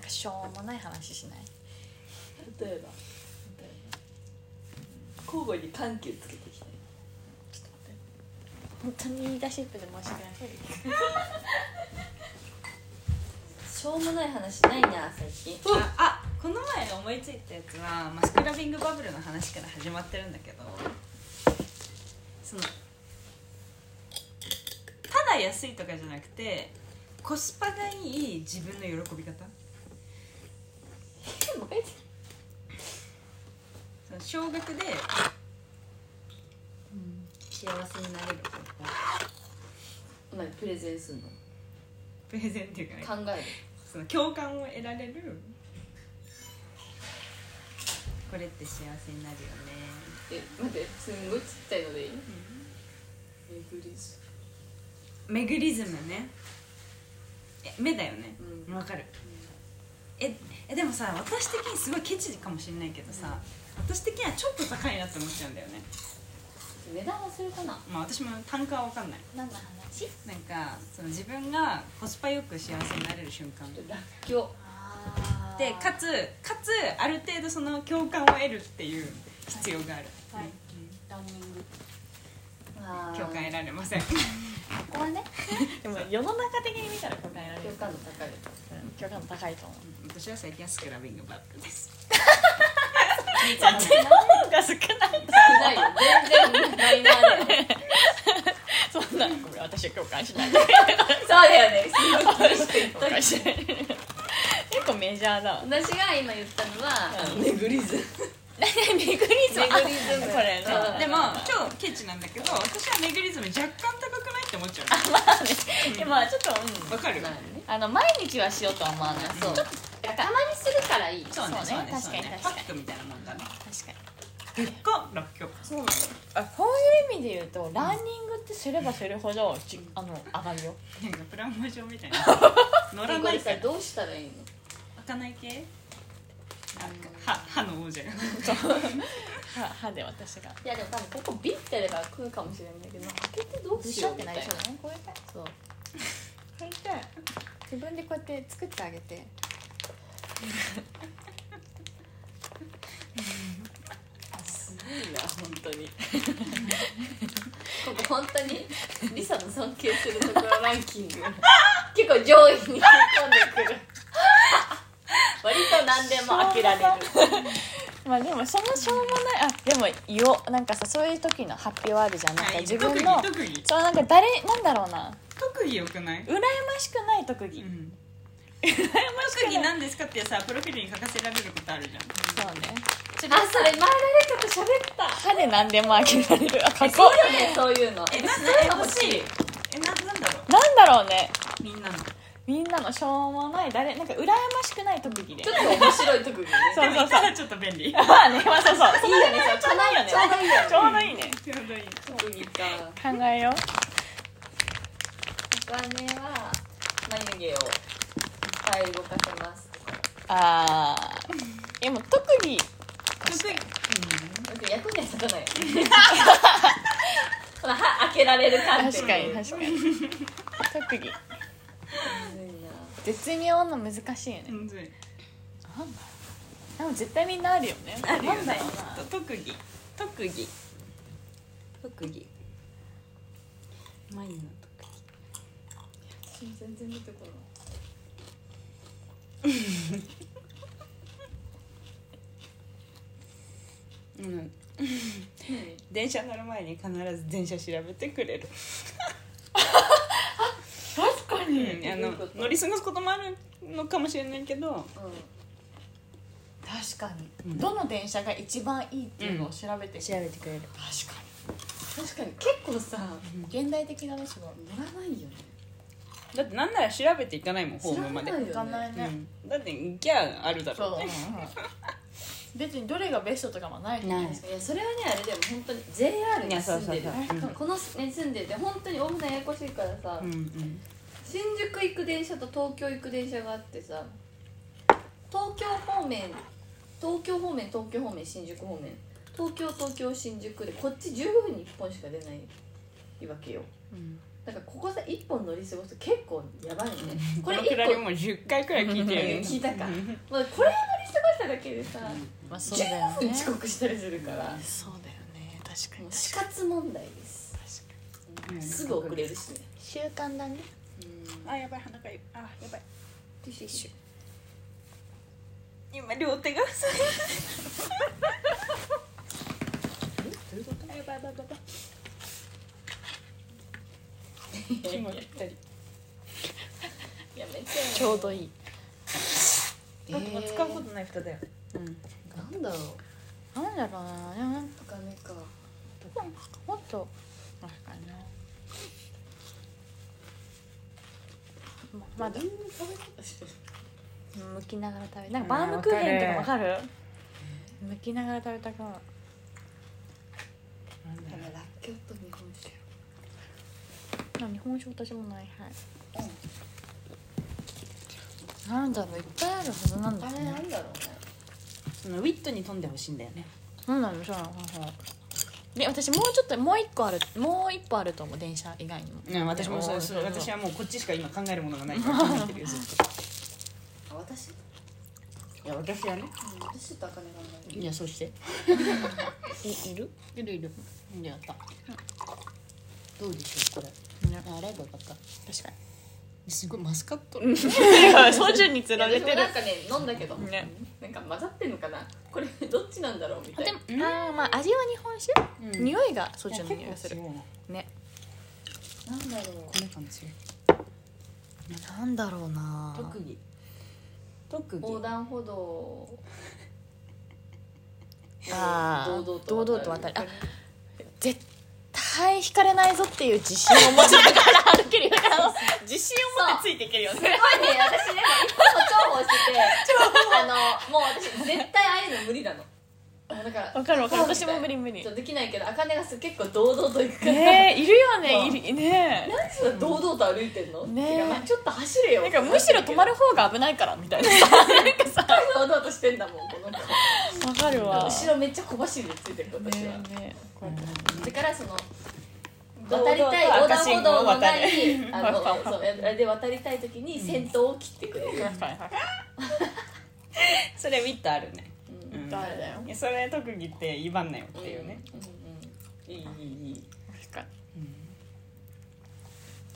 かしょうもない話しない例えば例えば交互に緩急つけてきてちょっと待って本当に言い出しっぺで申し訳ないしょうもない話ないな最近ああこの前思いついたやつは、まあ、スクラビングバブルの話から始まってるんだけどそのただ安いとかじゃなくてコスパがいい自分の喜び方もう一回言ってその少額で幸せになれる方法何プレゼンするのプレゼンっていうかね考えるその共感を得られるこれって幸せになるよねえ待ってすんごいちっちゃいのでいいめぐりずメグリズムねえ目だよねうんわ、かるええでもさ私的にすごいケチかもしれないけどさ、私的にはちょっと高いなって思っちゃうんだよね値段忘れたなまあ私も単価は分かんない何の話なんかその自分がコスパよく幸せになれる瞬間ちょっとらっきょあーでかつかつある程度その共感を得るっていう必要がある、はいねランニングあー共感得られませんここは ねでも世の中的に見たら答えられ共る感度高い共感度高いと思う私は最近はスクラビングバッグですそっちの方が少ない少ないよ全然マイナーだよ そんなこれ私は共感しないそうだよねすごい厳しく言っ共た感しない結構メジャーだわ私が今言ったのはうんめぐりず何めぐりズめムぐりずむこれねそうでも超ケチなんだけど私はメグリズム若干高くないって思っちゃうまあねでもまあちょっとうわんかるまあねあの毎日はしようとは思わないそうたまにするからいいそうねそうねそうね確かにそうね確かにパックみたいなもんだね確かに結果らっきょうそうなのあこういう意味で言うとランニングってすればするほどじあの上がるよなんかプラモ状 みたいな乗らえこないれかさらどうしたらいいの開かない系なんか歯歯の王者が歯歯で私がいやでも多分ここビッてやれば食うかもしれないけど開けてどうずししょよっうてみたないりなそうだねこうやってそうこうやって自分でこうやって作ってあげてすごいな本当に ここ本当にリサの尊敬するところランキ ング結構上位に食い込んでく る割と何でも開けられるまあでもそのしょうもないあでもよなんかさそういう時のハッピーワードじゃんなんかはい自分の特技特技そうなんか誰なんだろうな特技よくない、羨ましくない特う技、 ん、羨まし特く技ないなんですかってさプロフィールに書かせられることあるじゃんそうねあそれ前られちょっと喋った歯で何でもあげられるあかっこそいうよねそういうのえなんそういうだの欲しいえななんだろいなんだろうねうみんなのみんなのしょうもない誰なんか羨ましくない特技でちょっと面白い特技ねそうそうそうでもいたらちょっと便 利 まあねまあそうそういいよねちょうどいいよねちょうどいいよねちょうどいいねちょうどいい特技か考えようお金は眉毛をいっぱい動かせますあーでも特技特技だって役には立たないよねこの歯開けられる感じ確かに確かに特技絶妙の難しいよねうんむずいなんだでも絶対みんなあるよねあるよなんだねろうきっと特技特技特技マイの特技全然出てこないうん、電車乗る前に必ず電車調べてくれ る確かうんあの乗り過ごすこともあるのかもしれないけどな確かに、うんどの電車が一番いいっていうのを調べて、調べてくれる確か確かに結構さに現代的だねすごい乗らないよねだってなんなら調べていかないもんホームまで知らない行かないね、うん、だってギャーあるだそう、ろうね別にどれがベストとかもないないねいやそれはねあれでも本当に JR いにや住そうんそうでそるううんこのね住んでて本当にお船ややこしいからさ、うんうん新宿行く電車と東京行く電車があってさ東京方面東京方面東京方面新宿方面東京東京新宿でこっち15分に1本しか出ないわけようんなんかここさ一本乗り過ごすと結構やばいねこれこの一くだり本もう10回くらい聞いてるよね聞いたかまあこれ乗り過ごしただけでさまあそうだよ15分ね遅刻したりするからそうだよね確かもうに死活問題ですすぐ遅れるしね習慣だねあやばい鼻がいあやばいティッシュ今両手がやばいやばいやばい 気もぴったりやめてちょうどいいえー使うことない蓋だよなんだろうなんだろうなでもなんかお金かもっと確かになままだ自分の食べ方してる剥きながら食べなんかバームクーヘンとかわかる剥きながら食べたくなるだかららっきょうと日本酒あ日本酒私もないはい、なんだろういっぱいあるはずなんだあよれなねんだろうねそのウィットに飛んでほしいんだよねなんなのそうなので私もうちょっともう一個あるもう一歩あると思う電車以外にもうん私もそうそう私はもうこっちしか今考えるものが ないから考えてるよずっあ私うんといや私はね私ちょっとお金がないいやそうしていいる いるいるやったどうでしょうこれねあ洗えばよかった確かにすごいマスカットソジュにつられ私てるもなんかね飲んだけどねなんか混ざってんのかなこれどっちなんだろうみたいなでもあーまあ味は日本酒、うん匂いがソいジやュの匂いがする強いなねなんだろう米感強いなんだろうな特技特技横断歩道をあ ー堂々堂々とと渡渡るるあ絶対引かれないぞっていう自信を持ちながら歩けるような自信を持ってついていけるよすごいねね私ね一本の重宝 しててあのもう私絶対ああいうの無理なのもうだからわかるわかるそうみた私いも無理無理そうできないけどあかねがす結構堂々と行くから、ねえいるよまあねいるね何しろ 堂々と歩いてんの、ねてかまあちょっと走れよなんかむしろ止まる方が危ないからみたいなさなんかさ堂々としてんだもんこの 子わかるわ後ろめっちゃ小走りでついてるね私は、えねだからその堂渡々りとたい横赤断信歩号道をの渡ないるあのわかるそうあれで渡りたい時に先頭を切ってくれる、えはいはいそれウィットあるねうんうん誰だよいやそれ特技って威張んなよっていうね、うんうんいいいいいい確かに